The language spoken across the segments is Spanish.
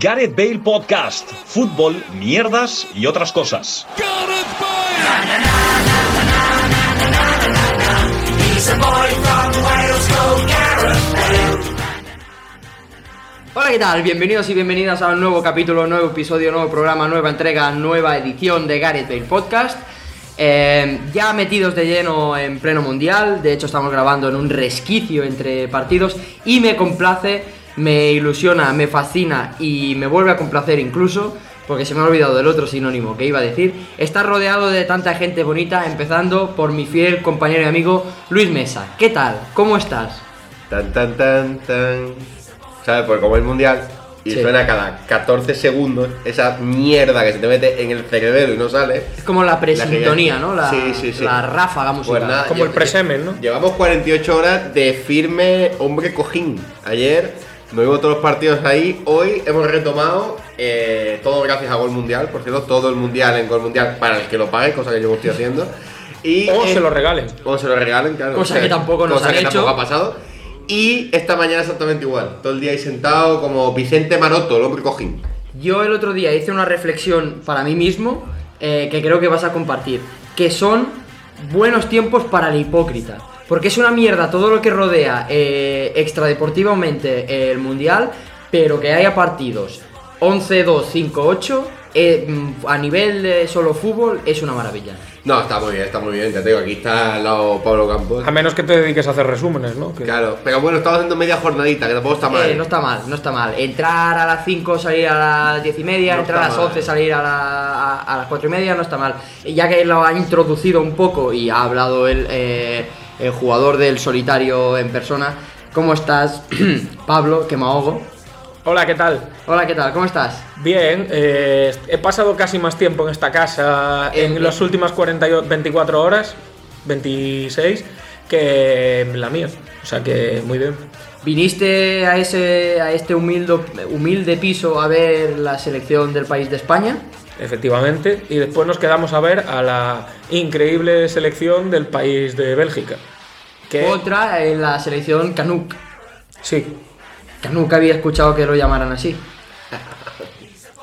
Gareth Bale Podcast, fútbol, mierdas y otras cosas. Hola, ¿qué tal? Bienvenidos y bienvenidas a un nuevo capítulo, nuevo episodio, nuevo programa, nueva entrega, nueva edición de Gareth Bale Podcast. Eh, ya metidos de lleno en pleno mundial, de hecho estamos grabando en un resquicio entre partidos y me complace, me ilusiona, me fascina y me vuelve a complacer incluso, porque se me ha olvidado del otro sinónimo que iba a decir, estar rodeado de tanta gente bonita, empezando por mi fiel compañero y amigo Luis Mesa. ¿Qué tal? ¿Cómo estás? Tan, tan, tan, tan. ¿Sabes? Porque como es mundial y Sí. suena cada 14 segundos esa mierda que se te mete en el cerebro y no sale. Es como la presintonía, ¿no? La, Sí, sí, sí. la ráfaga musical. nada, Como el presemen, ¿no? Llevamos 48 horas de firme hombre cojín. Ayer no vimos todos los partidos ahí. Hoy hemos retomado eh, todo gracias a Gol Mundial. Por cierto, todo el mundial en Gol Mundial para el que lo pague, cosa que yo no estoy haciendo. Y, O eh, se lo regalen. O se lo regalen, claro. O Cosa sea, que tampoco nos cosa han que hecho. tampoco ha pasado. Y esta mañana exactamente igual. Todo el día ahí sentado como Vicente Maroto, el hombre cojín. Yo el otro día hice una reflexión para mí mismo eh, que creo que vas a compartir, que son buenos tiempos para el hipócrita. Porque es una mierda todo lo que rodea eh, extradeportivamente eh, el Mundial, pero que haya partidos 11-2-5-8 eh, mm, a nivel de solo fútbol es una maravilla. No, está muy bien, está muy bien. Ya te digo, aquí está al lado Pablo Campos. A menos que te dediques a hacer resúmenes, ¿no? Que- Claro, pero bueno, estamos haciendo media jornadita, que tampoco está mal. Eh, no está mal, no está mal. Entrar a las 5, salir a las 10 y media, No entrar a está las mal. 11, salir a, la- a- a las 4 y media, no está mal. Y Ya que lo ha introducido un poco y ha hablado el, eh, el jugador del solitario en persona, ¿cómo estás, Pablo? Que me ahogo. Hola, ¿qué tal? Hola, ¿qué tal? ¿Cómo estás? Bien, eh, he pasado casi más tiempo en esta casa en Eh, las últimas 48 24 horas, 26, que en la mía. O sea que muy bien. ¿Viniste a, ese, a este humilde, humilde piso a ver la selección del país de España? Efectivamente. Y después nos quedamos a ver a la increíble selección del país de Bélgica. Que, Otra en eh, la selección Canuc. sí, Que nunca había escuchado que lo llamaran así.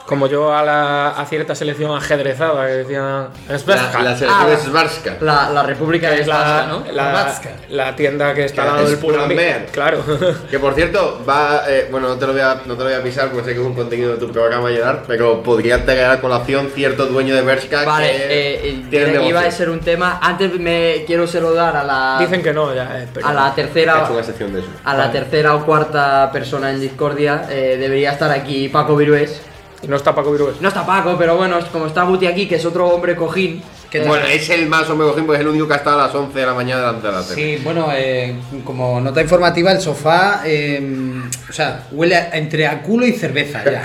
como yo a, la, a cierta selección ajedrezada que decían... "Es La, Bélgica". la Ah, selección la- es Barska. La, la República que de es la, ¿no? la- la tienda que está Que al lado es del Pull&Bear. Pull&Bear. Claro. Que por cierto, va. eh, bueno, no te, lo voy a, no te lo voy a pisar porque sé que es un contenido de tu programa, Gerard, pero podría traer a colación cierto dueño de Bershka Vale, que eh, eh, tiene creía que iba a negocio. ser un tema. Antes me quiero saludar a la, Dicen que no, ya. eh, pero- a la Ha tercera hecho una sección de eso. a la tercera o cuarta persona en discordia. Eh, debería estar aquí Paco Virués. Y no está Paco Virués. No está Paco, pero bueno, es como está Guti aquí, que es otro hombre cojín. ¿Qué tal? eh, Bueno, es el más hombre cojín porque es el único que ha estado a las 11 de la mañana delante de la tele. Sí, bueno, eh, como nota informativa, el sofá, eh, o sea, huele a- entre a culo y cerveza ya.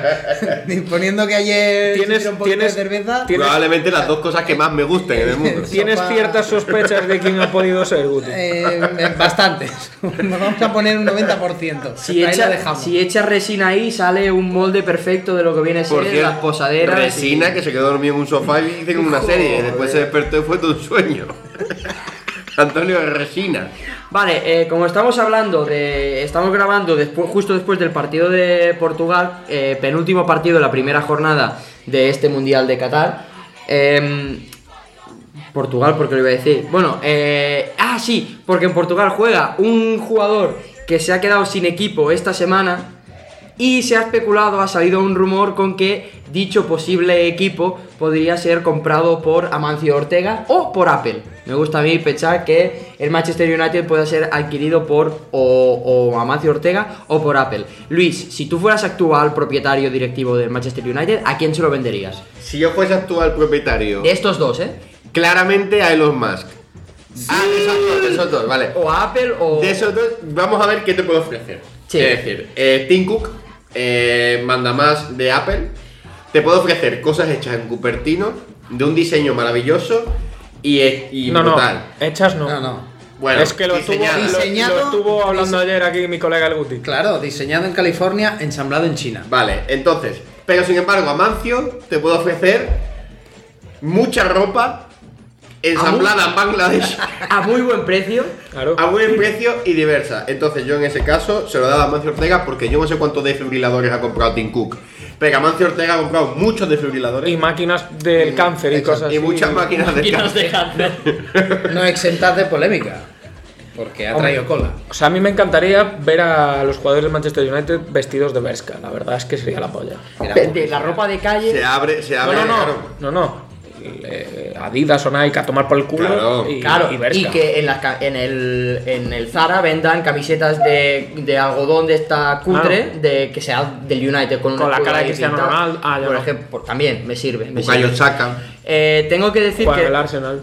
Disponiendo que ayer Tienes- hicieron un poquito tienes- de cerveza, tienes- Probablemente las dos cosas que más me gusten en el mundo. Tienes Sopa- ciertas sospechas de quién ha podido ser Guti. eh, bastantes. Nos vamos a poner un 90%. Si ahí lo echa, dejamos. si e- echa resina ahí, sale un molde perfecto de lo que viene a ser las posaderas. Resina y- que se quedó dormido en un sofá y hizo una Joder. serie. Después se despertó y fue todo un sueño. Antonio Resina. Vale, eh, como estamos hablando de. Estamos grabando después, justo después del partido de Portugal, eh, penúltimo partido de la primera jornada de este Mundial de Qatar. Em, Portugal, porque lo iba a decir. Bueno, eh, ah, sí, porque en Portugal juega un jugador que se ha quedado sin equipo esta semana y se ha especulado, ha salido un rumor con que dicho posible equipo podría ser comprado por Amancio Ortega o por Apple. Me gusta a mí pensar que el Manchester United pueda ser adquirido por o, o Amancio Ortega o por Apple. Luis, si tú fueras actual propietario directivo del Manchester United, ¿a quién se lo venderías? Si yo fuese actual propietario, De estos dos, ¿eh? claramente a Elon Musk. Ah, de esos dos, de esos dos, vale. O a Apple o... De esos dos, vamos a ver qué te puedo ofrecer. Sí. Es decir, eh, Tim Cook, eh, manda más de Apple, te puedo ofrecer cosas hechas en Cupertino, de un diseño maravilloso y, y no, no. brutal. Hechas no. No, no. Bueno, es que lo estuvo, diseñado. lo- lo Diseñado- estuvo hablando ayer aquí mi colega el Guti. Claro, diseñado en California, ensamblado en China. Vale, entonces, pero sin embargo, Amancio te puedo ofrecer mucha ropa ensamblada en Bangladesh A muy buen precio. Claro. a buen precio y diversa. Entonces yo en ese caso se lo daba a Mancio Ortega porque yo no sé cuántos defibriladores ha comprado Tim Cook. Pero Mancio Ortega ha comprado muchos defibriladores Y máquinas del cáncer y Exacto, cosas así. Mm, y muchas máquinas de Y nos cáncer. dejan. No exentas de polémica. Porque ha traído cola. O sea, a mí me encantaría ver a los jugadores del Manchester United vestidos de Berska. La verdad es que sería la polla. Mira, De la ropa de calle. Se abre, se No, abre. no, no. claro. no, no. Eh, Adidas o Nike a tomar por el culo. Claro. y, Claro, y y, Bershka. que en, las ca- en, el, en el Zara vendan camisetas de, de algodón de esta cutre Claro. de que sea del United con, una Con la cola cara de ahí Cristiano pintada. Ronaldo. Ah, ya por no. ejemplo, por- también me sirve. me Bukayo sirve. Saka. Eh, tengo que decir Juega en que el Arsenal.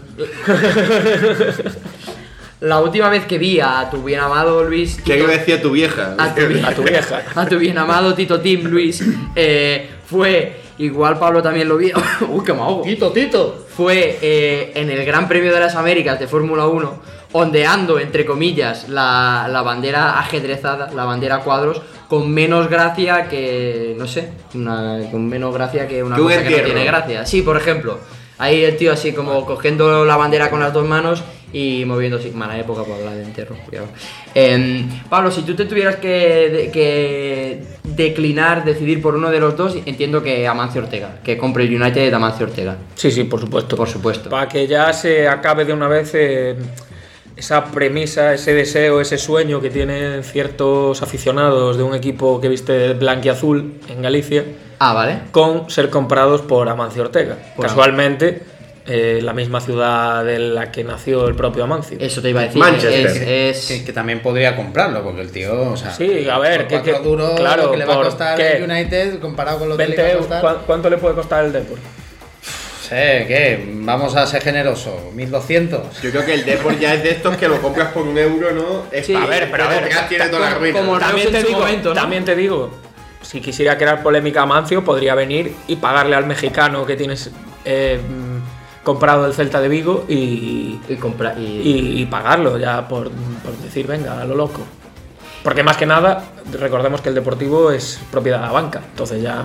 la última vez que vi a tu bien amado Luis ¿Qué Tito- le decía tu vieja? a tu, A tu vieja. a tu bien amado Tito Tim Luis eh, fue igual Pablo también lo vio uy que me ahogo Tito Tito fue eh, en el Gran Premio de las Américas de Fórmula 1 ondeando entre comillas la, la bandera ajedrezada la bandera a cuadros con menos gracia que no sé una- con menos gracia que una Que un cosa que no entierro. tiene gracia sí por ejemplo ahí el tío así como cogiendo la bandera con las dos manos y moviendo así mala época para hablar de entierro cuidado. Em, Pablo si tú te tuvieras que, de- que declinar decidir por uno de los dos entiendo que Amancio Ortega que compre el United de Amancio Ortega Sí, sí, por supuesto. por supuesto Para que ya se acabe de una vez eh, esa premisa, ese deseo, ese sueño que tienen ciertos aficionados de un equipo que viste blanquiazul en Galicia ah vale con ser comprados por Amancio Ortega. Por Casualmente, eh, la misma ciudad en la que nació el propio Amancio. eso te iba a decir Manchester. es, es- Que, que también podría comprarlo, porque el tío, o sea, Sí, a ver, por que- cuatro que- duros claro, lo que le va a por- costar ¿qué? el United comparado con lo que 20 le va a euros. costar. ¿Cuán- ¿Cuánto le puede costar el Depor? No sé, ¿qué? Vamos a ser generosos. 1200. Yo creo que el Depor ya es de estos que lo compras por un euro, ¿no? Es Sí. a ver, pero a ver, tiene toda la como- ruina. como Reus También en te su digo, momento, ¿no? también te digo, si quisiera crear polémica a Mancio, podría venir y pagarle al mexicano que tienes eh, mm, comprado el Celta de Vigo y, y compra y, y- y pagarlo ya por, por decir, venga, a lo loco. Porque más que nada, recordemos que el Deportivo es propiedad de la banca, entonces ya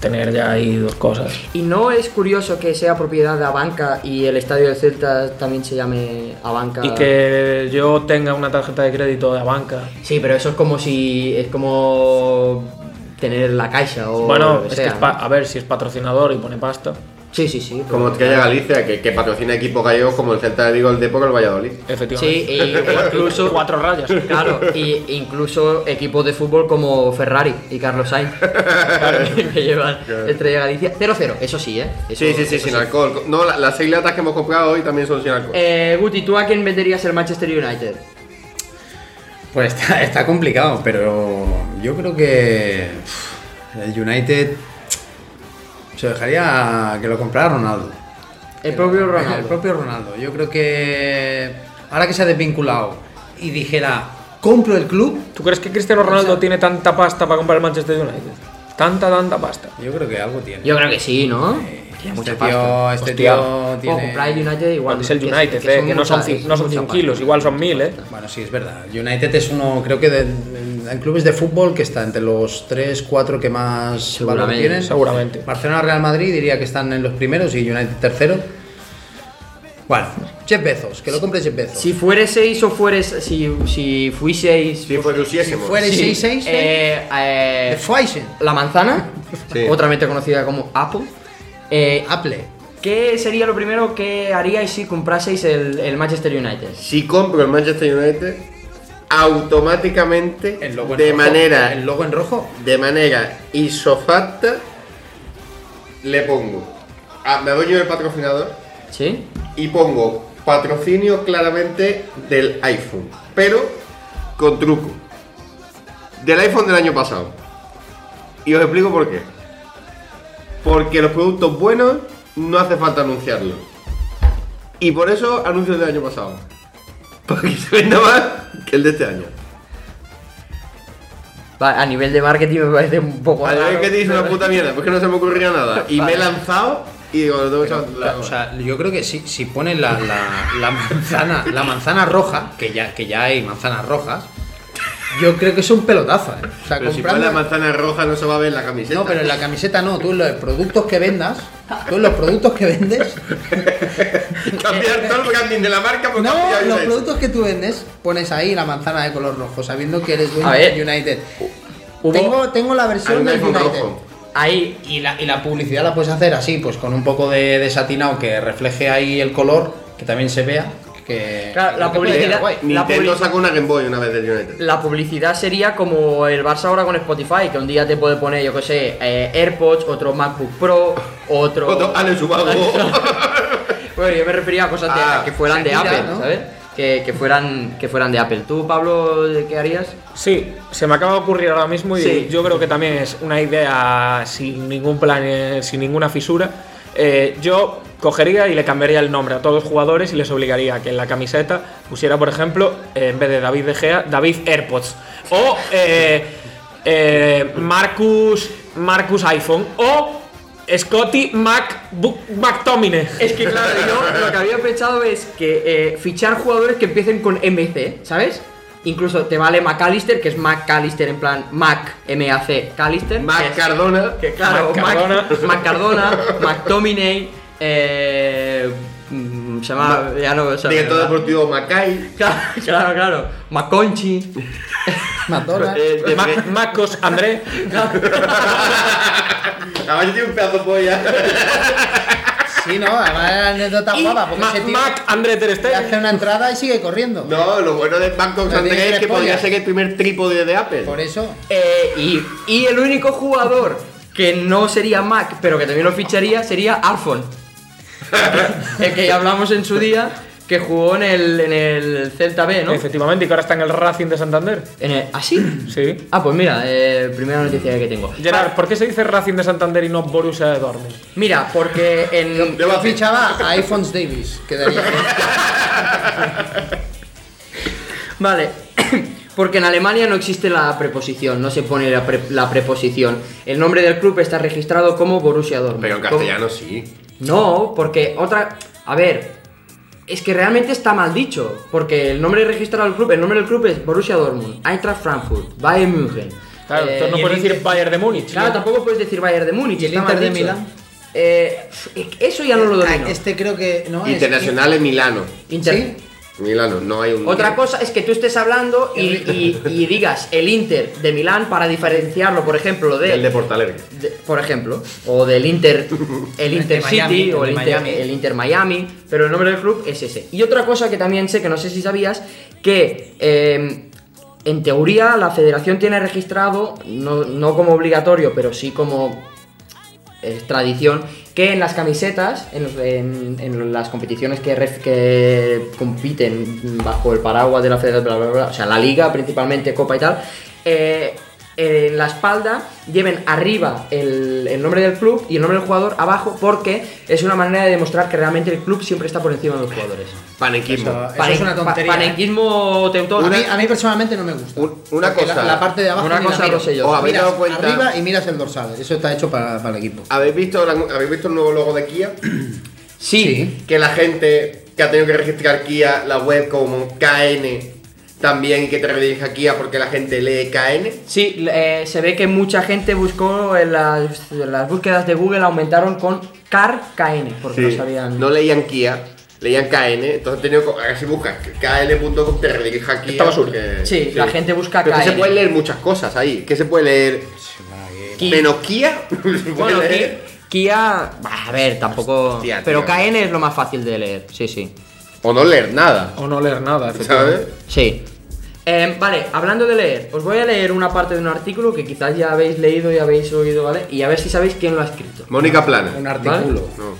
tener ya ahí dos cosas. ¿Y no es curioso que sea propiedad de Abanca y el estadio del Celta también se llame Abanca? Y que yo tenga una tarjeta de crédito de la banca. Sí, pero eso es como si. Es como. Tener la caixa o. lo bueno, que es sea, que es ¿no? pa- a ver si es patrocinador y pone pasta. Sí, sí, sí. pero- Como que haya Galicia, que, que patrocina equipos gallegos como el Celta de Vigo, el Depor o el Valladolid. Efectivamente. Sí, y incluso. Cuatro rayas. Claro, y incluso equipos de fútbol como Ferrari y Carlos Sainz que llevan Estrella Galicia 0-0, eso sí, ¿eh? Eso- Sí, sí, sí, eso sin alcohol. No, la- las seis latas que hemos comprado hoy también son sin alcohol. Eh, Guti, ¿tú a quién venderías el Manchester United? Pues está, está complicado, pero yo creo que uf, el United se dejaría que lo comprara Ronaldo. El Eh, propio El Ronaldo. propio Ronaldo. Yo creo que ahora que se ha desvinculado y dijera, compro el club, ¿Tú crees que Cristiano Ronaldo tiene tanta pasta para comprar el Manchester United? Tanta, tanta pasta. yo creo que algo tiene. Yo creo que sí, ¿no? este Eh, Tiene mucha tío, pasta. este Hostia. tío Ojo, tiene... comprar el United igual. Porque es el que- United, eh, que no son cin- mucha- no son mucha cien pasta. kilos, igual son mil, eh. Bueno, sí, es verdad. United es uno, creo que de- en clubes de fútbol que está entre los 3, 4 que más valor Seguramente, tienen. seguramente. Barcelona, Real Madrid diría que están en los primeros y United tercero. Bueno, Jeff Bezos, que lo compre Jeff Bezos. Si fuere 6 o fuere. Si, si fuiseis. si fuese si luciésemos. fuera el 6-6, eh, eh, de Pfizer, la manzana, Sí. otramente conocida como Apple. eh, Apple. ¿Qué sería lo primero que haríais si compraseis el, el Manchester United? Si compro el Manchester United, automáticamente, El logo en de rojo, manera El logo en rojo. de manera isofacta le pongo. ah, me doy yo el patrocinador ¿Sí? y pongo patrocinio claramente del iPhone, pero con truco. Del iPhone del año pasado. Y os explico por qué. Porque los productos buenos no hace falta anunciarlos. Y por eso anuncios del año pasado. Para que se venda más que el de este año. Va, A nivel de marketing me parece un poco. Vale, raro, es que te dice pero- una puta mierda, porque no se me ocurría nada. Y me he lanzado y digo, lo tengo que La- o sea, yo creo que si, si ponen la, la- la manzana, la manzana roja, que ya, que ya hay manzanas rojas, Yo creo que es un pelotazo, ¿eh? O sea, Pero si pones comprando- la manzana roja no se va a ver la camiseta. No, pero en la camiseta no, tú en los productos que vendas, tú en los productos que vendes, Cambiar todo el branding de la marca por no, cambiar los ese. productos que tú vendes, pones ahí la manzana de color rojo, sabiendo que eres dueño A ver. de United. Hubo- Tengo, tengo la Hay versión un de iPhone United. rojo. Ahí Y la, y la publicidad la puedes hacer así, pues con un poco de desatinado que refleje ahí el color, que también se vea. Que, Claro, la que puede publicidad- quedar guay. La Nintendo public- sacó una Game Boy una vez del United. La publicidad sería como el Barça ahora con Spotify, que un día te puede poner, yo qué sé, eh, AirPods, otro MacBook Pro, otro. Otro Alex Ubago. Bueno, yo me refería a cosas de- Ah, que fueran de Shakira, Apple, ¿no? ¿sabes? Que, que fueran, que fueran de Apple. ¿Tú, Pablo, de qué harías? Sí, se me acaba de ocurrir ahora mismo y Sí. yo creo que también es una idea sin ningún plan, eh, sin ninguna fisura. Eh, yo cogería y le cambiaría el nombre a todos los jugadores y les obligaría a que en la camiseta pusiera, por ejemplo, eh, en vez de David De Gea, David AirPods. O eh, eh, Marcus, Marcus iPhone. O Scotty Mac, McTomine. Es que, claro, yo lo que había pensado es que eh, fichar jugadores que empiecen con MC, ¿sabes? Incluso te vale McAllister, que es McAllister en plan Mac, M-A-C, Callister. que Mac es- Cardona. Que claro, Mac Mac Cardona. Mac Cardona, McTominay, eh, mm, se llama, ya no sé. Director deportivo Macay. Claro, claro, claro. McConchi. Madonna. Eh, de- Mac- Marcos André. Además Ah, yo tengo un pedazo de polla. Sí, no, además era una anécdota Y guapa, porque Ma- ese tío Mac André Ter Stegen. hace una entrada y sigue corriendo. No, lo bueno de Bangkok Pero tiene Andrés es tres que podría pollas. ser el primer trípode de Apple. Por eso, Eh, y, y el único jugador que no sería Mac, pero que también lo ficharía, sería Alfon. el que ya hablamos en su día, que jugó en el, en el Celta B, ¿no? Efectivamente, y que ahora está en el Racing de Santander. En el- ¿Ah, sí? Sí. Ah, pues mira, eh, primera noticia que tengo. Gerard, ¿por qué se dice Racing de Santander y no Borussia de Dortmund? Mira, porque en, Yo yo lo ficho. fichaba a iPhones Davis, quedaría. Vale, porque en Alemania no existe la preposición, no se pone la, pre- la preposición. El nombre del club está registrado como Borussia Dortmund. Pero en Como- castellano sí. No, porque otra... A ver, es que realmente está mal dicho, porque el nombre registrado del club, el nombre del club es Borussia Dortmund, Eintracht Frankfurt, Bayern München. Claro, Eh, tú no y el puedes Inter- decir Bayern de Múnich. Claro, ¿no? tampoco puedes decir Bayern de Múnich, ¿Y el está Inter mal de dicho. Milán? Eh, eso ya no lo domino. Este creo que. No, es- Internacional en Milano. Inter- ¿Sí? Milano, no hay un. Otra cosa es que tú estés hablando y, y- y digas el Inter de Milán para diferenciarlo, por ejemplo, de, El de Portalegre. de- por ejemplo, o del Inter, el Inter City Miami, el o el de Inter, Miami. el Inter Miami, pero el nombre del club es ese. Y otra cosa que también sé que no sé si sabías que eh, en teoría la Federación tiene registrado no, no como obligatorio, pero sí como es tradición que en las camisetas, en, los- en- en las competiciones que, ref- que compiten bajo el paraguas de la Federación, bla, bla, bla, o sea, la liga principalmente, copa y tal, eh, en la espalda lleven arriba el, el nombre del club y el nombre del jugador abajo porque es una manera de demostrar que realmente el club siempre está por encima de los jugadores. Panequismo. Eso es una tontería, ¿eh? Panenquismo teutón. A mí, a mí personalmente no me gusta. Un- una Porque la- cosa- La, parte de abajo. Una ni la cosa miro. rosselló. ¿Os habéis Miras dado cuenta? arriba y miras el dorsal. Eso está hecho para, para el equipo. ¿Habéis visto, la- ¿Habéis visto el nuevo logo de Kia? Sí. que la gente que ha tenido que registrar Kia, la web como KN, también y que te redirija a Kia porque la gente lee KN. Sí, eh, se ve que mucha gente buscó en las, en las búsquedas de Google aumentaron con car KN porque no sabían. No leían Kia, leían KN, entonces han tenido que, ahora si buscas KN.com te redirija a Kia. Está basura. porque- Sí, la gente busca Pero que se KN. pueden leer muchas cosas ahí, que se puede leer Ki- menos Kia. se puede Bueno, Ki- leer. Kia, bah, a ver, tampoco. Hostia, pero tío. KN es lo más fácil de leer, sí, sí. O no leer nada, O no leer nada, ¿sabes? efectivamente. Sí. Em, vale, hablando de leer, os voy a leer una parte de un artículo que quizás ya habéis leído y habéis oído, ¿vale? Y a ver si sabéis quién lo ha escrito. Mónica Plana. Un artículo. No.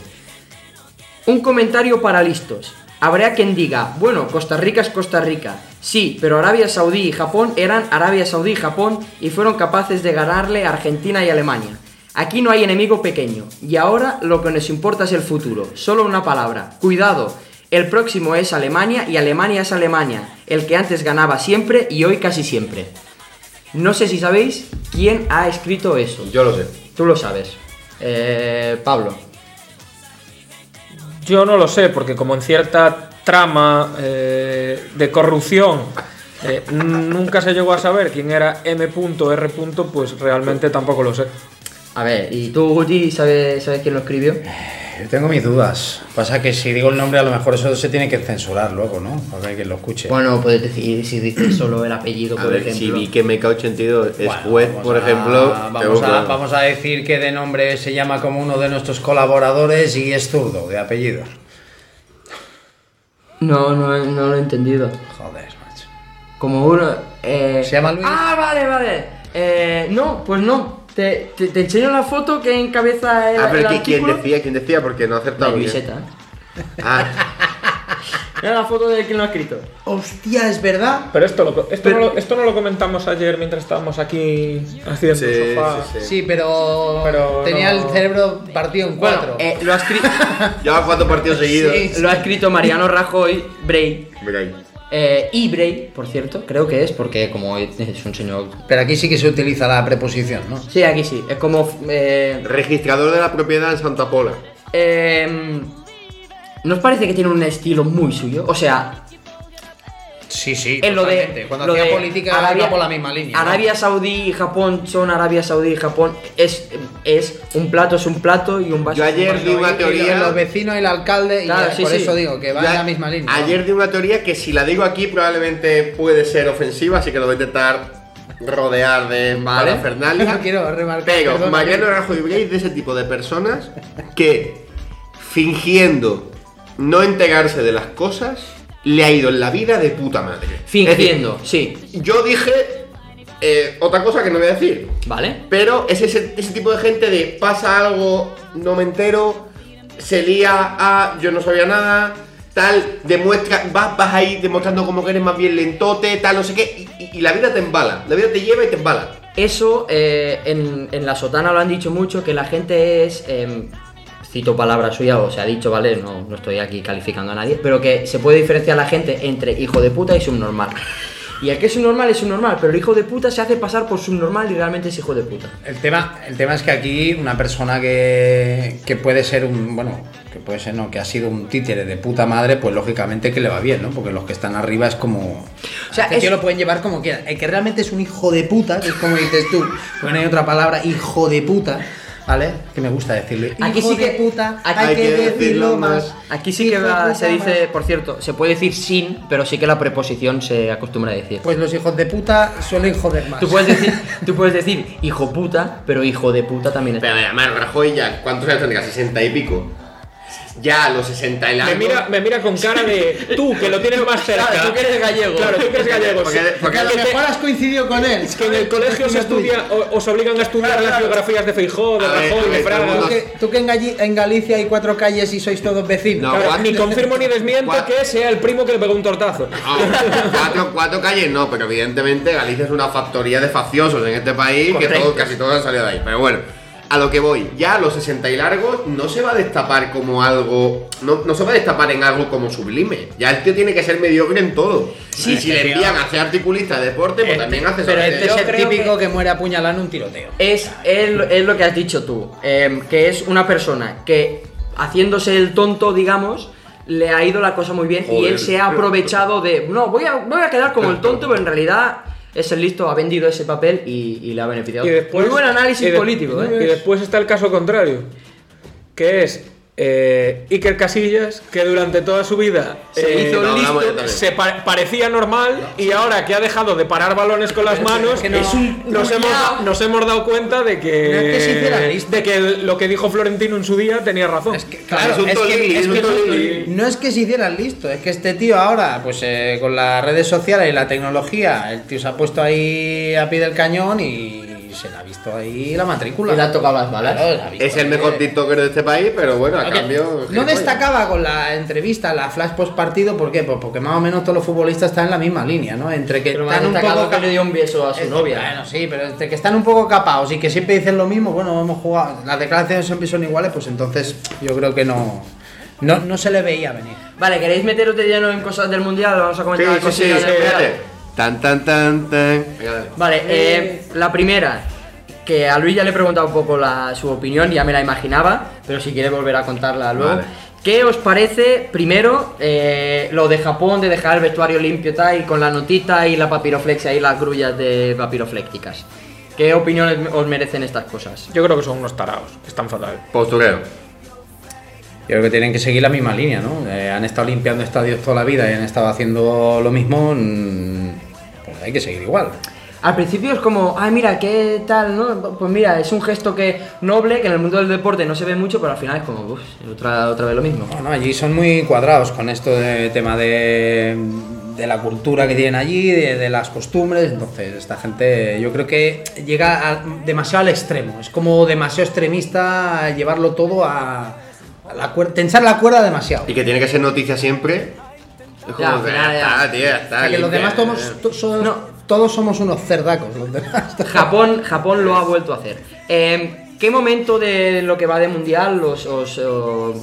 Un comentario para listos. Habrá quien diga, bueno, Costa Rica es Costa Rica. Sí, pero Arabia Saudí y Japón eran Arabia Saudí y Japón y fueron capaces de ganarle a Argentina y Alemania. Aquí no hay enemigo pequeño. Y ahora lo que nos importa es el futuro. Solo una palabra. Cuidado. El próximo es Alemania y Alemania es Alemania. El que antes ganaba siempre y hoy casi siempre. No sé si sabéis quién ha escrito eso. Yo lo sé. Tú lo sabes. Eh, Pablo. Yo no lo sé, porque como en cierta trama eh, de corrupción Eh, nunca se llegó a saber quién era M.R. Pues realmente tampoco lo sé. A ver, ¿y tú, Guti, sabes, sabes quién lo escribió? Eh, Yo tengo mis dudas. Pasa que si digo el nombre, a lo mejor eso se tiene que censurar luego, ¿no? Para que alguien lo escuche. Bueno, puedes decir si dices solo el apellido, A por ver, si ejemplo. vi que MK82 es Bueno, juez, vamos por a- ejemplo. Vamos tengo a, claro. vamos a decir que de nombre se llama como uno de nuestros colaboradores y es zurdo, de apellido. No, no, no lo he entendido. Joder, macho. Como uno. eh, ¿Se llama Luis? Ah, vale, vale. Eh, no, pues no. Te, te- te enseño la foto que encabeza el, Ah, pero el ¿qui- ¿quién artículo. decía? ¿Quién decía? Porque no acertaba. De bien. Luiseta. Ah, Mira la foto de quien lo ha escrito. Hostia, es verdad. Pero esto, lo co- esto, no, lo, esto no lo comentamos ayer mientras estábamos aquí haciendo sí, el sí, sofá. sí. Sí, pero, Pero tenía no- el cerebro partido en cuatro. Bueno, eh, lo, ha escri- Lleva cuatro partidos seguidos. Sí. lo ha escrito Mariano Rajoy, Bray. Mira ahí. Eh, y Bray, por cierto, creo que es, porque como es un señor. Pero aquí sí que se utiliza la preposición, ¿no? Sí, aquí sí. Es como. eh, Registrador de la propiedad en Santa Pola. eh, ¿Nos parece que tiene un estilo muy suyo? O sea, Sí, sí. en lo de. totalmente. Cuando lo hacía de política iba por la misma línea. ¿no? Arabia Saudí y Japón son Arabia Saudí y Japón. Es, es un plato, es un plato y un vaso. Yo es un ayer vaso. di Y- una y los teoría. vecinos, el alcalde, Claro, y sí, por sí. eso digo que va yo en a- la misma línea. Ayer di una teoría que si la digo aquí probablemente puede ser ofensiva, así que lo voy a intentar rodear de Vale. parafernalia. No quiero remarcar, Pero perdona, Mariano que- Rajoy Brey es de ese tipo de personas que fingiendo no enterarse de las cosas le ha ido en la vida de puta madre. Fingiendo, sí. Es decir, yo dije eh, otra cosa que no voy a decir. ¿Vale? Pero es ese, ese tipo de gente de pasa algo, no me entero, se lía a yo no sabía nada, tal, demuestra, vas, vas ahí demostrando como que eres más bien lentote, tal, no sé qué, y, y- y la vida te embala, la vida te lleva y te embala. Eso eh, en, en la sotana lo han dicho mucho, que la gente es, em, cito palabras suyas, o se ha dicho, ¿vale? No, no estoy aquí calificando a nadie, pero que se puede diferenciar la gente entre hijo de puta y subnormal. Y el que es subnormal es subnormal, pero el hijo de puta se hace pasar por subnormal y realmente es hijo de puta. El tema, el tema es que aquí una persona que, que puede ser un, bueno, que puede ser no, que ha sido un títere de puta madre, pues lógicamente que le va bien, ¿no? Porque los que están arriba es como... O sea, este es- tío lo pueden llevar como quieran. El que realmente es un hijo de puta, que es como dices tú, bueno, hay otra palabra, hijo de puta, ¿vale? Que me gusta decirle. Aquí hijo sí de que- puta, aquí- hay, que, decirlo más. Aquí sí que Hijo de va- puta se dice, más. por cierto, se puede decir sin, pero sí que la preposición se acostumbra a decir. Pues los hijos de puta suelen joder más. Tú puedes decir, tú puedes decir hijo puta, pero hijo de puta también es. Pero además Rajoy ya, ¿cuántos años tendría? 60 y pico. Ya a los 60 y Me algo. mira, me mira con cara de tú, que lo tienes más cerca. Claro, tú que eres gallego. Claro, tú que eres gallego. Porque- sí. Porque a lo Que te- mejor has coincidido con él. que en el colegio se estudia, o- os obligan a estudiar las biografías de Feijó, de A ver, Rajoy, a de ver, Fraga. Tú todo que, tú que en, Galli- en Galicia hay cuatro calles y sois todos vecinos. No, Claro, cuatro- ni confirmo ni desmiento cuatro- que sea el primo que le pegó un tortazo. No, cuatro, cuatro calles no, pero evidentemente Galicia es una factoría de faciosos en este país que todos- casi todos han salido de ahí. Pero bueno, a lo que voy, ya a los 60 y largos no se va a destapar como algo, no, no se va a destapar en algo como sublime. Ya el tío tiene que ser mediocre en todo. y si le envían a ser articulista de deporte, pues también hace pero sobre- este Yo Yo creo típico que... muere apuñalado en un tiroteo. Es, es lo- es lo que has dicho tú, em, que es una persona que haciéndose el tonto, digamos, le ha ido la cosa muy bien y Joder. él se ha aprovechado de, no, voy a, me voy a quedar como el tonto, pero en realidad es el listo, ha vendido ese papel y, y le ha beneficiado. muy buen análisis y de- político, ¿eh? Y después está el caso contrario, que es eh, Iker Casillas, que durante toda su vida Se eh, hizo no, hablamos listo. de- También. se pa- parecía normal y ahora que ha dejado de parar balones con las manos, que no- es un- un nos, hemos, cuñao. nos hemos dado cuenta de que, No es que se hiciera listo. de que el- lo que dijo Florentino en su día tenía razón. Es que, claro, es un es que- tolili, es es un que- tolili. no es que se hicieran listo, es que este tío ahora, pues eh, con las redes sociales y la tecnología, el tío se ha puesto ahí a pie del cañón y se le ha visto ahí la matrícula. Y le ha tocado las balas. Claro, le ha visto Es el ahí, mejor eh. TikToker de este país, pero bueno, a Ok, cambio. No gilipollas. destacaba con la entrevista, la flash post partido, ¿por qué? Pues porque más o menos todos los futbolistas están en la misma línea, ¿no? Entre que Pero me ha están un destacado poco que le dio un beso a su Eh, novia. Bueno, sí, pero entre que están un poco capados y que siempre dicen lo mismo, bueno, hemos jugado, las declaraciones siempre son iguales, pues entonces yo creo que no, no, no se le veía venir. Vale, ¿queréis meteros de lleno en cosas del mundial? Vamos a Sí, comentar sí, sí, cosillas del Mundial. espérate. Tan, tan, tan, tan. Venga, dale. Vale, eh, la primera, que a Luis ya le he preguntado un poco la- su opinión, ya me la imaginaba, pero si quiere volver a contarla luego. Vale. ¿Qué os parece, primero, eh, lo de Japón, de dejar el vestuario limpio tal, y con la notita y la papiroflexia y las grullas de papiroflécticas? ¿Qué opiniones os merecen estas cosas? Yo creo que son unos tarados, que están fatal. Postureo. Yo creo que tienen que seguir la misma línea, ¿no? Eh, han estado limpiando estadios toda la vida y han estado haciendo lo mismo. mm, Pues hay que seguir igual. Al principio es como, ay, mira, qué tal, ¿no? Pues mira, es un gesto que noble, que en el mundo del deporte no se ve mucho, pero al final es como, uff, otra, otra vez lo mismo. No, no, allí son muy cuadrados con esto de tema de, de la cultura que tienen allí, de, de las costumbres. Entonces, esta gente yo creo que llega a- demasiado al extremo. Es como demasiado extremista llevarlo todo a, a la cuerda, tensar la cuerda demasiado. Y que tiene que ser noticia siempre. Es Ya, al que, final ya ya. está, tío, ya está. O sea, que los limpia. demás todos, to- so- todos somos unos cerdacos, los demás. Japón, Japón lo ha vuelto a hacer. Eh, ¿Qué momento de lo que va de mundial os, os, eh,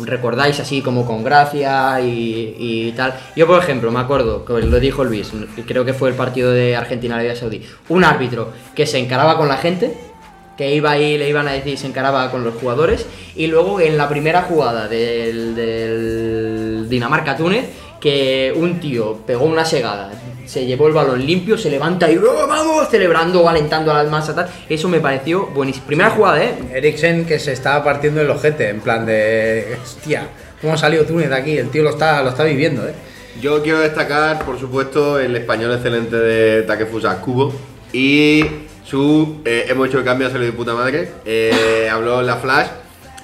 recordáis así como con gracia y, y tal? Yo, por ejemplo, me acuerdo, que lo dijo Luis, creo que fue el partido de Argentina-Arabia Saudí, un árbitro que se encaraba con la gente, que iba ahí, le iban a decir, se encaraba con los jugadores, y luego en la primera jugada del, del Dinamarca-Túnez, que un tío pegó una segada, se llevó el balón limpio, se levanta y ¡oh, vamos! celebrando, o alentando a la masa, tal. Eso me pareció buenísimo. Primera jugada, ¿eh? Eriksen que se estaba partiendo el ojete, en plan de. Hostia, ¿cómo ha salido Túnez de aquí? El tío lo está, lo está viviendo, ¿eh? Yo quiero destacar, por supuesto, el español excelente de Takefusa Kubo y su eh, hemos hecho el cambio, ha salido de puta madre. Eh, habló en la Flash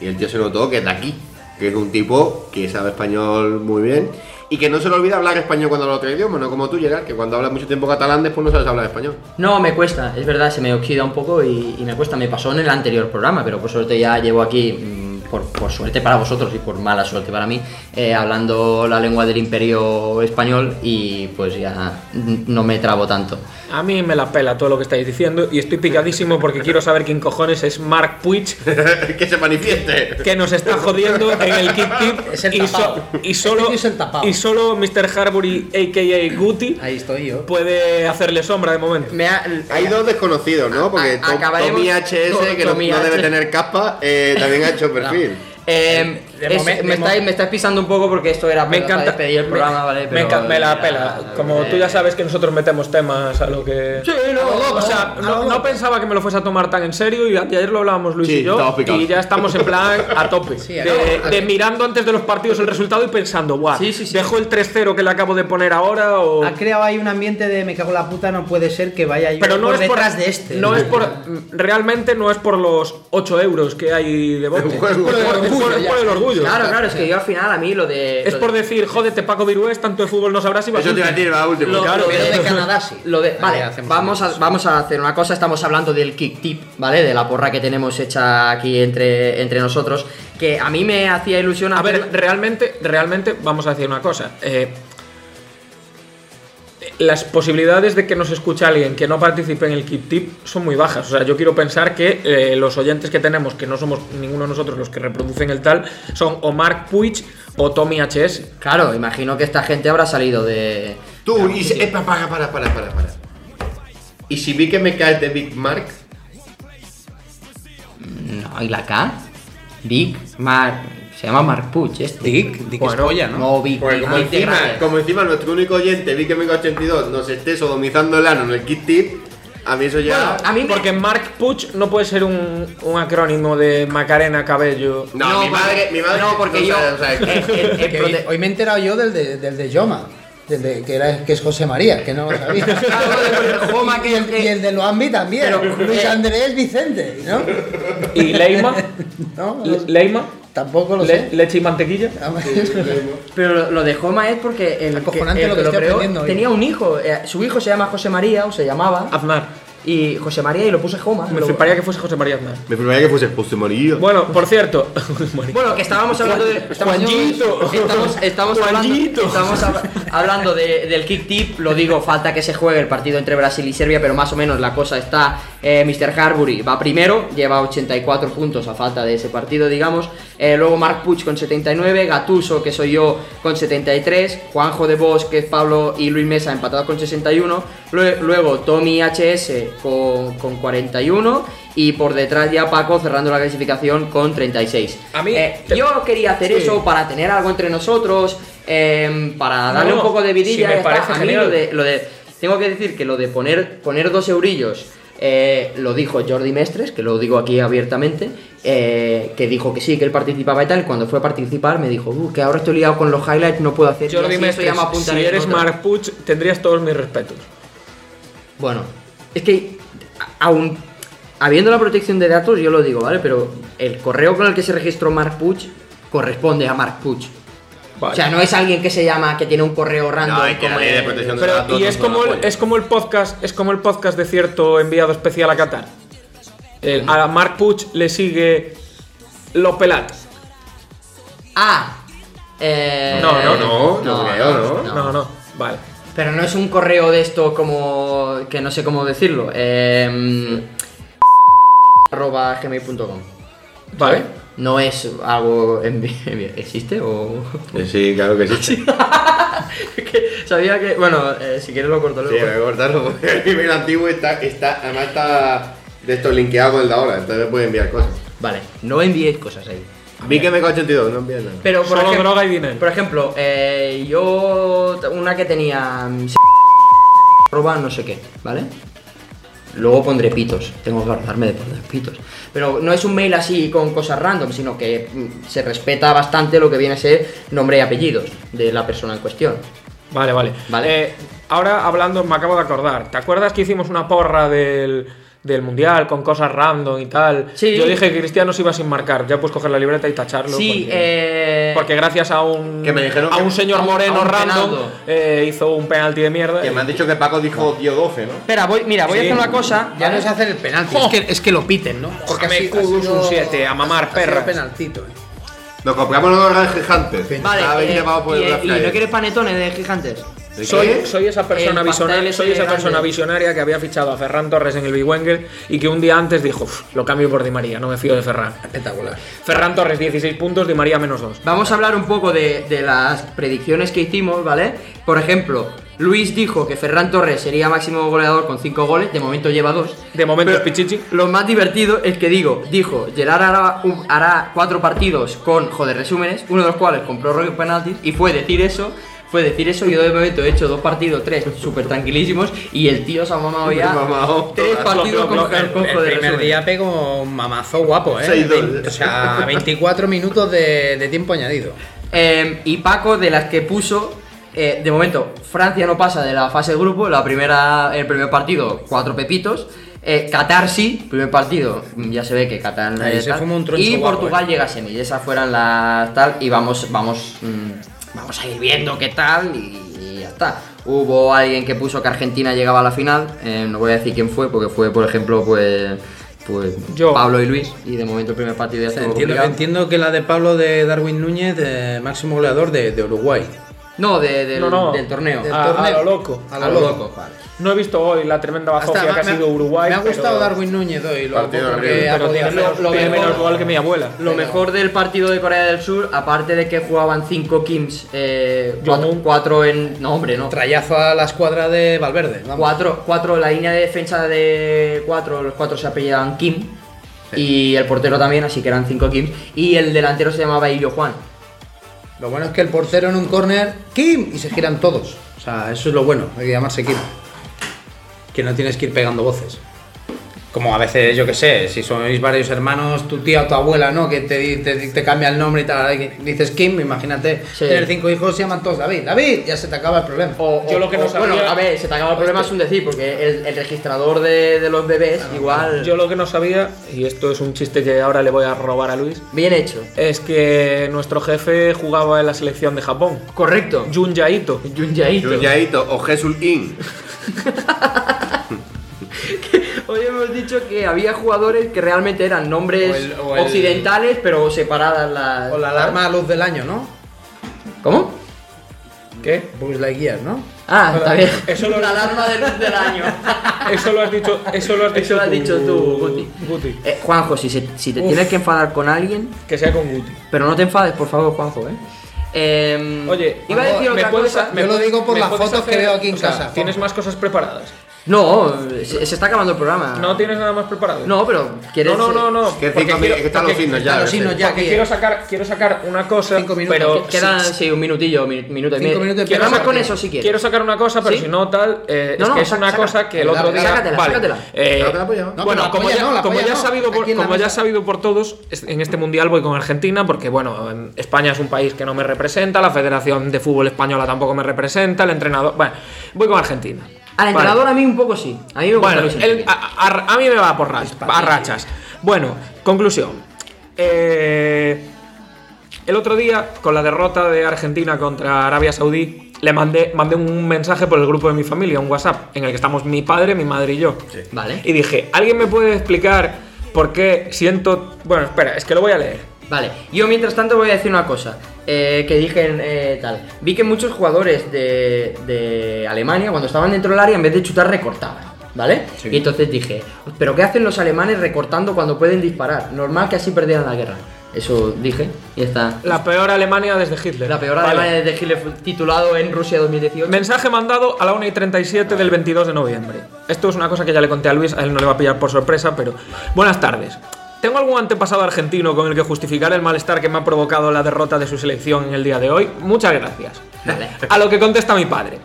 y el tío se notó que es de aquí, que es un tipo que sabe español muy bien y que no se le olvida hablar español cuando habla otro idioma, no como tú, Gerard, que cuando hablas mucho tiempo catalán después no sabes hablar español. No, me cuesta, es verdad, se me oxida un poco y, y me cuesta. Me pasó en el anterior programa, pero por suerte ya llevo aquí, mm, por, por suerte para vosotros y por mala suerte para mí, eh, hablando la lengua del imperio español y pues ya mm, no me trabo tanto. A mí me la pela todo lo que estáis diciendo y estoy picadísimo porque quiero saber quién cojones es Mark Puig que se manifieste. que nos está jodiendo en el Kick Tip Es el y, tapado. y solo Este tío es el tapado. y solo Mr. Harbury aka Guti Ahí estoy yo. puede hacerle sombra de momento. Me ha- Hay dos desconocidos, ¿no? Porque A- Tom- acabaremos Tommy HS, con que no, Tommy no debe H. tener capa, eh, también ha hecho perfil. Ah, Eh, De es- momen- me, de estáis, momen- me estáis pisando un poco porque esto era Me para encanta. despedir el me- programa, ¿vale? me, Pero enca- me ya- la eh, pela. Como tú ya sabes que nosotros metemos temas a lo que. Sí, no, O sea, no, no pensaba que me lo fuese a tomar tan en serio y ayer lo hablábamos Luis Sí, y yo estamos picados. y ya estamos en plan a tope. Sí, de, no, a de que- mirando antes de los partidos el resultado y pensando, guau, Sí, sí, sí. dejo el 3-0 que le acabo de poner ahora o... Ha creado ahí un ambiente de me cago en la puta, no puede ser que vaya yo Pero no por es por, detrás de este. No es por. Realmente no es por los 8 euros que hay de bote. Es por el Es por el orgullo, orgullo, es por el orgullo. Claro, claro, es que yo al final a mí lo de. Es lo por de- decir, jódete, Paco Virués, tanto de fútbol no sabrás y vas Eso te iba a último. decir, va último. Lo, Claro, lo de, pero de Canadá sí. Lo de, Ahí vale, hacemos vamos a, amigos. vamos a hacer una cosa. Estamos hablando del kick tip, ¿vale? De la porra que tenemos hecha aquí entre, entre nosotros. Que a mí me hacía ilusión A hacer- ver, realmente, realmente vamos a decir una cosa. eh, las posibilidades de que nos escuche alguien que no participe en el Keep Tip son muy bajas. O sea, yo quiero pensar que eh, los oyentes que tenemos, que no somos ninguno de nosotros los que reproducen el tal, son o Mark Puig o Tommy HS. Claro, imagino que esta gente habrá salido de. Tú, y si, epa, para, para, para, para, para. Y si vi que me caes de Big Mark, Ah, No, ¿y la K? Big, Mar. Se llama Mark Puch, este. Dick, Dick es polla, ¿no? No, Big, porque Big, como, Big de encima, grande. como encima nuestro único oyente, vi que me cae 82, nos esté sodomizando el ano en el kit tip, a mí eso ya. A mí me- Porque Mark Puig no puede ser un, un acrónimo de Macarena Cabello. no, mi porque- madre, mi madre. No, porque no yo. Eh, sabe, o sea, el- el- el Que hoy, prote- hoy me he enterado yo del de, del de Yoma, del de- que, era, que es José María, que no lo sabía. Joma, que- y, el, y el de Loambi también, Pero- Luis Andrés Vicente, ¿no? ¿Y Leima? No, Le- no- ¿Leima? tampoco lo Le- sé. ¿Leche y mantequilla? Pero lo- lo de Joma es porque el Acojonante el lo que estoy creó aprendiendo hoy. tenía un hijo. eh, su hijo se llama José María, o se llamaba. Ah. Aznar. Y José María y lo puse Joma. Me Lo- fliparía que fuese José María Aznar. Me prefería que fuese José María. Bueno, por cierto. María. Bueno, que estábamos hablando de. Estamos, Juanjito. Estamos, estamos hablando, Juanjito. estamos hab- hablando de- del kick tip. Lo digo, falta que se juegue el partido entre Brasil y Serbia, pero más o menos la cosa está Eh, Mr. Harbury va primero, lleva 84 puntos a falta de ese partido, digamos. Eh, luego Mark Puig con 79, Gatuso, que soy yo, con 73, Juanjo de Bosque, Pablo y Luis Mesa empatados con 61. Lue- Luego Tommy HS con, con 41. Y por detrás ya Paco cerrando la clasificación con 36. A mí- Eh, yo quería hacer Sí. eso para tener algo entre nosotros, em, para darle un No, poco de vidilla. sí, ya me está. parece A mí genial. lo de- lo de- tengo que decir que lo de poner, poner dos eurillos eh, lo dijo Jordi Mestres, que lo digo aquí abiertamente, eh, que dijo que sí, que él participaba y tal. y Cuando fue a participar me dijo, "Uh, que ahora estoy liado con los highlights, no puedo hacer. y así Jordi eso Mestres, ya me apuntan si en eres otra". Mark Puig, tendrías todos mis respetos. Bueno, es que a- aún habiendo la protección de datos, yo lo digo, ¿vale? Pero el correo con el que se registró Mark Puch corresponde a Mark Puch. Vale. O sea, no es alguien que se llama, que tiene un correo random. No, es que la como ley de el- protección de Pero, datos y no es puede como, el, apoyar. es como el podcast, es como el podcast de cierto enviado especial a Qatar. El- a Mark Puig le sigue Lopelat. Ah. eh, No, no, no, no creo, ¿no? No, no, vale. Pero no es un correo de esto como. que no sé cómo decirlo. Eh, arroba gmail.com. Vale. No es algo. envi- envi- ¿Existe o.? Eh, Sí, claro que sí. Sí, que sabía que. Bueno, eh, si quieres lo corto voy luego. a cortarlo porque el nivel antiguo está, está, además está de esto linkeado con el de ahora, entonces puede enviar cosas. Vale, no enviéis cosas ahí. Vi que me 82, no envías nada. Pero por Solo ejemplo, droga y dinero. Por ejemplo, eh, yo t- una que tenía mm, arroba no sé qué, ¿vale? Luego pondré pitos, tengo que guardarme de poner pitos. Pero no es un mail así con cosas random, sino que mm, se respeta bastante lo que viene a ser nombre y apellidos de la persona en cuestión. Vale, vale. Vale. Eh, ahora hablando, me acabo de acordar. ¿Te acuerdas que hicimos una porra del, del mundial con cosas random y tal? Sí. Yo dije que Cristiano se iba sin marcar. Ya puedes coger la libreta y tacharlo. sí, porque, eh, Ah, porque gracias a un, Que me dijeron a que- un señor a un- moreno a un random penaldo. eh, hizo un penalti de mierda. Que me han dicho que Paco dijo dio 12, ¿no? Espera, voy, mira, voy Sí. a hacer una cosa. Ya no es hacer el penalti, es que, es que lo piten, ¿no? Porque así- Kudus un siete, a mamar, ha sido perra. penaltito, eh. Nos compramos los grandes gigantes. Vale, Cada vez eh, llevamos por el y, Black y Friday. no quieres panetones de gigantes. ¿De qué? Soy, soy esa persona El pastel visionaria, ese soy esa grande. persona visionaria que había fichado a Ferran Torres en el Big Wenger y que un día antes dijo, "Uf, lo cambio por Di María, no me fío de Ferran. Espectacular. Ferran Torres 16 puntos, Di María menos 2. Vamos a hablar un poco de, de las predicciones que hicimos, ¿vale? Por ejemplo, Luis dijo que Ferran Torres sería máximo goleador con 5 goles, de momento lleva 2. De momento es Pichichi. Lo más divertido es que digo, dijo, Gerard hará, un- hará cuatro partidos con, joder, resúmenes, uno de los cuales con prórroga y penaltis, y fue decir eso, fue decir eso, yo de momento he hecho dos partidos, tres, súper tranquilísimos, y el tío se ha mamado Me he ya mamado tres todas. partidos con, Lo- lo- con, El, joder, primer resúmenes. día pegó un mamazo guapo, ¿eh? Seis, dos. Vein- o sea, 24 minutos de, de tiempo añadido. Eh, y Paco, de las que puso, eh, de momento, Francia no pasa de la fase de grupo, la primera, el primer partido, cuatro pepitos. Eh, Qatar sí, primer partido, mm, ya se ve que Qatar Ahí eh, se tal. fuma un troncho y guapo, Portugal eh. llega a semis, esas fueran las tal y vamos, vamos, mm, vamos a ir viendo qué tal y, y ya está. Hubo alguien que puso que Argentina llegaba a la final, eh, no voy a decir quién fue, porque fue por ejemplo pues, pues Yo. Pablo y Luis y de momento el primer partido ya estuvo Entiendo, complicado. entiendo que la de Pablo de Darwin Núñez, eh, máximo goleador de, de Uruguay. No, de- del, No, no. del torneo. Del A- Ah, torneo. a lo loco. A A lo lo loco. loco, vale. No he visto hoy la tremenda bazofia Hasta que ha me sido Uruguay. Me ha pero- gustado Darwin Núñez hoy, lo Partido poco horrible. que ha Pero podido tiene hacer. menos, lo tiene mejor- menos gol que mi abuela. Lo mejor del partido de Corea del Sur, aparte de que jugaban 5 Kims, eh, Jong-un. 4 en. No, hombre, no. Trayazo a la escuadra de Valverde. vamos. 4, la línea de defensa de 4, los 4 se apellidaban Kim. Y el portero también, así que eran 5 Kims. Y el delantero se llamaba Illo Juan. Lo bueno es que el portero en un córner, ¡Kim! Y se giran todos. O sea, eso es lo bueno, hay que llamarse Kim. Que no tienes que ir pegando voces. Como a veces, yo que sé, si sois varios hermanos, tu tía o tu abuela, ¿no? Que te, di- te, te cambia el nombre y tal. ahora que Dices Kim, imagínate, Sí. tener cinco hijos se llaman todos David. David, ya se te acaba el problema. O- Yo o- lo que no o- sabía- Este- Bueno, a ver, se te acaba el problema, es un decir, porque el, el registrador de, de los bebés, igual. Ah, Yo lo que no sabía, y esto es un chiste que ahora le voy a robar a Luis, Bien hecho. es que nuestro jefe jugaba en la selección de Japón. Correcto. Jun Yaito. Junjaito. Yuyaito o Jesús In. Hoy hemos dicho que había jugadores que realmente eran nombres O el- o el- occidentales, pero separadas las. O la alarma a luz del año, ¿no? ¿Cómo? ¿Qué? Buzz Lightyear, pues, ¿no? Ah, está bien. Eso lo- la alarma de luz del año. Eso lo has dicho, eso lo has Eso dicho, lo has tú, dicho tú, Guti. Guti. Eh, Juanjo, si, se- si te Uf. tienes que enfadar con alguien, Que sea con Guti. pero no te enfades, por favor, Juanjo, ¿eh? Em, Oye, iba a decir ¿me otra puedes- cosa. me Yo lo puedes- digo por me las puedes fotos que veo aquí en o sea, casa. ¿Tienes más cosas preparadas? No, se, se está acabando el programa. ¿No tienes nada más preparado? Ah. No, pero quieres. no, no, no. no, Que porque cinco quiero- minutos, que están los porque- signos ya. están ya los sé. signos ya. porque que- quiero sacar, quiero sacar una cosa, Cinco minutos, pero que- Quedan sí, un minutillo, minu- minuto y Cinco medio. minutos y Quedamos medio. con eso si quieres. Quiero sacar una cosa, pero ¿Sí? si no tal, eh, No, es no, que es saca- una saca. cosa que el otro Sácatela, día. sácatela, vale. sácatela. Eh, Sácatela, pues ya. No, pero bueno, la como polla ya, no, la como polla ya no. sabido por, Aquí en la como ya mesa. sabido por todos, es- en este mundial voy con Argentina porque bueno, em, España es un país que no me representa, la Federación de Fútbol Española tampoco me representa, el entrenador, bueno, voy con Argentina. Al Vale. entrenador a mí un poco sí. A mí me gusta Bueno, ah, Luis el- Enrique. a, a- a mí me va por ra- a rachas. Bueno, conclusión. Eh, el otro día, con la derrota de Argentina contra Arabia Saudí, le mandé, mandé un mensaje por el grupo de mi familia, un WhatsApp, en el que estamos mi padre, mi madre y yo. Vale. Y dije, ¿alguien me puede explicar por qué siento... Bueno, espera, es que lo voy a leer. Vale, yo mientras tanto voy a decir una cosa eh, que dije en eh, tal. Vi que muchos jugadores de, de Alemania, cuando estaban dentro del área, en vez de chutar, recortaban. ¿Vale? Y entonces dije, ¿pero qué hacen los alemanes recortando cuando pueden disparar? Normal que así perdieran la guerra. Eso dije, y está. La, La peor Alemania desde Hitler. peor Vale. Alemania de Hitler fue titulado en Rusia 2018. Mensaje mandado a la 1 y 37 del 22 de noviembre. Esto es una cosa que ya le conté a Luis, a él no le va a pillar por sorpresa, pero. Buenas tardes. ¿Tengo algún antepasado argentino con el que justificar el malestar que me ha provocado la derrota de su selección en el día de hoy? Muchas gracias. Vale. A lo que contesta mi padre.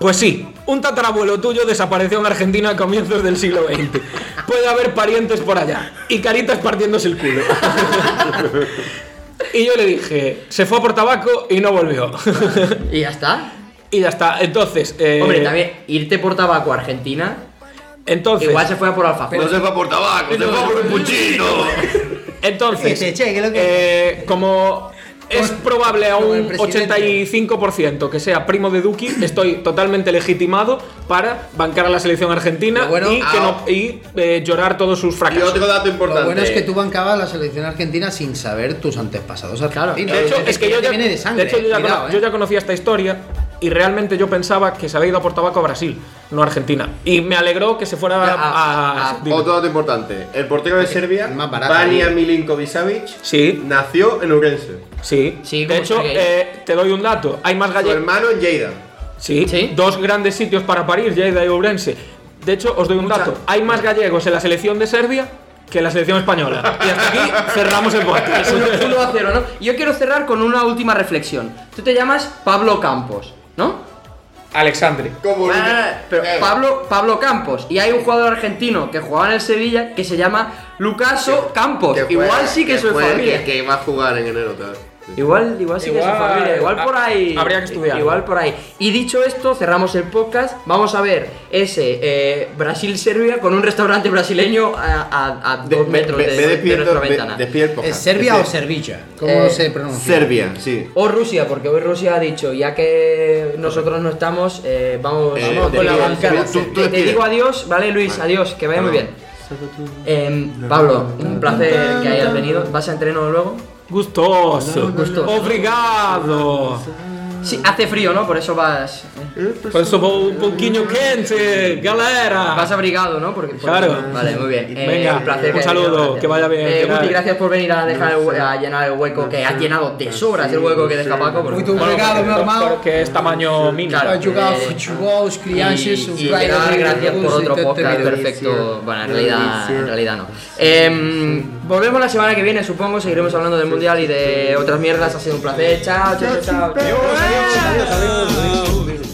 Pues sí, un tatarabuelo tuyo desapareció en Argentina a comienzos del siglo XX. Puede haber parientes por allá y caritas partiéndose el culo. y yo le dije, se fue por tabaco y no volvió. Y ya está. Y ya está. Entonces, eh, Hombre, también irte por tabaco a Argentina, entonces, igual se fue a por No alfajor. se va por tabaco, se va por un puchito. entonces, Este, Che, che, que lo que- eh, como es Como- probable a como un el presidente. 85% que sea primo de Duki, estoy totalmente legitimado para bancar a la selección argentina Lo bueno- ah, y, que no- y, eh, llorar todos sus Y fracasos. otro dato importante. Lo bueno es que tú bancabas la selección argentina sin saber tus antepasados argentinos. De hecho, Te- es que te yo ya, viene de sangre. de hecho, yo ya Cuidado, cono- eh. yo ya conocía esta historia y realmente yo pensaba que se había ido por tabaco a Brasil, no a Argentina. Y me alegró que se fuera a... a- a- dime. Otro dato importante. El portero de Serbia, el más barato, Vania tío. Milinkovic-Savic, Sí. nació en Urense. Sí. Sí, de como hecho, Sergei. eh, te doy un dato. Hay más Su gallegos. hermano Lleida. Sí, Sí. Dos grandes sitios para parir, Lleida y Ourense. De hecho, os doy un dato. Hay más gallegos en la selección de Serbia que en la selección española. Y hasta aquí cerramos el podcast. Uno- uno a cero, ¿no? Yo quiero cerrar con una última reflexión. Tú te llamas Pablo Campos, ¿no? Alexandre. Como Ah, no, no, pero Claro. Pablo, Pablo Campos. Y hay un jugador argentino que jugaba en el Sevilla que se llama Lucaso Campos. Que fue- Igual sí que soy fue el familia. Que, que va a jugar en enero, tal. Sí. Igual, igual sí que Igual- es su familia, igual por ha- ahí. habría que estudiarlo. Igual por ahí. Y dicho esto, cerramos el podcast. Vamos a ver ese eh, Brasil-Serbia con un restaurante brasileño a, a- a De- dos metros me, de, me de despierto- nuestra me- ventana. despierto el ¿Es podcast. Serbia o Despierto. Serbia? ¿Cómo Eh, se pronuncia? Serbia, sí. O Rusia, porque hoy Rusia ha dicho, ya que nosotros no estamos, eh, vamos, Eh, vamos te con la digo- bancada. tú- tú- tú Te- te decides. digo adiós, ¿vale, Luis? Adiós, que vaya muy bien. Em, Pablo, un placer que hayas venido. ¿Vas a entreno luego? Gustoso. Gustoso. Obrigado. Sí, hace frío, ¿no? Por eso vas. Por eso vou un pouquinho quente, galera. Vas abrigado, ¿no? Porque, por Claro. eso- Vale, muy bien. Eh, Venga, un hayas saludo, venido, gracias. que vaya bien, Eh, que Guti, tal. gracias por venir a, dejar el hue- a llenar el hueco, que has llenado tesoras el hueco que deja Paco. porque- Muy tu- Bueno, Obrigado, meu irmão. Porque es tamaño mínimo. Claro. Para jugar Eh, fútbol, os crianças, Y- os y pais, dar os gracias por adultos, otro te- te- podcast te- perfecto. Bueno, en realidad, en realidad no. Em, volvemos la semana que viene, supongo. Seguiremos hablando del mundial y de otras mierdas. Ha sido un placer. Chao, chao, chao. chao.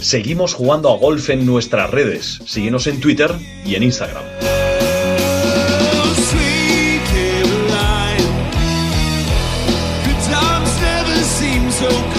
Seguimos jugando a golf en nuestras redes. Síguenos en Twitter y en Instagram. Sweet Caroline. Good times never seem so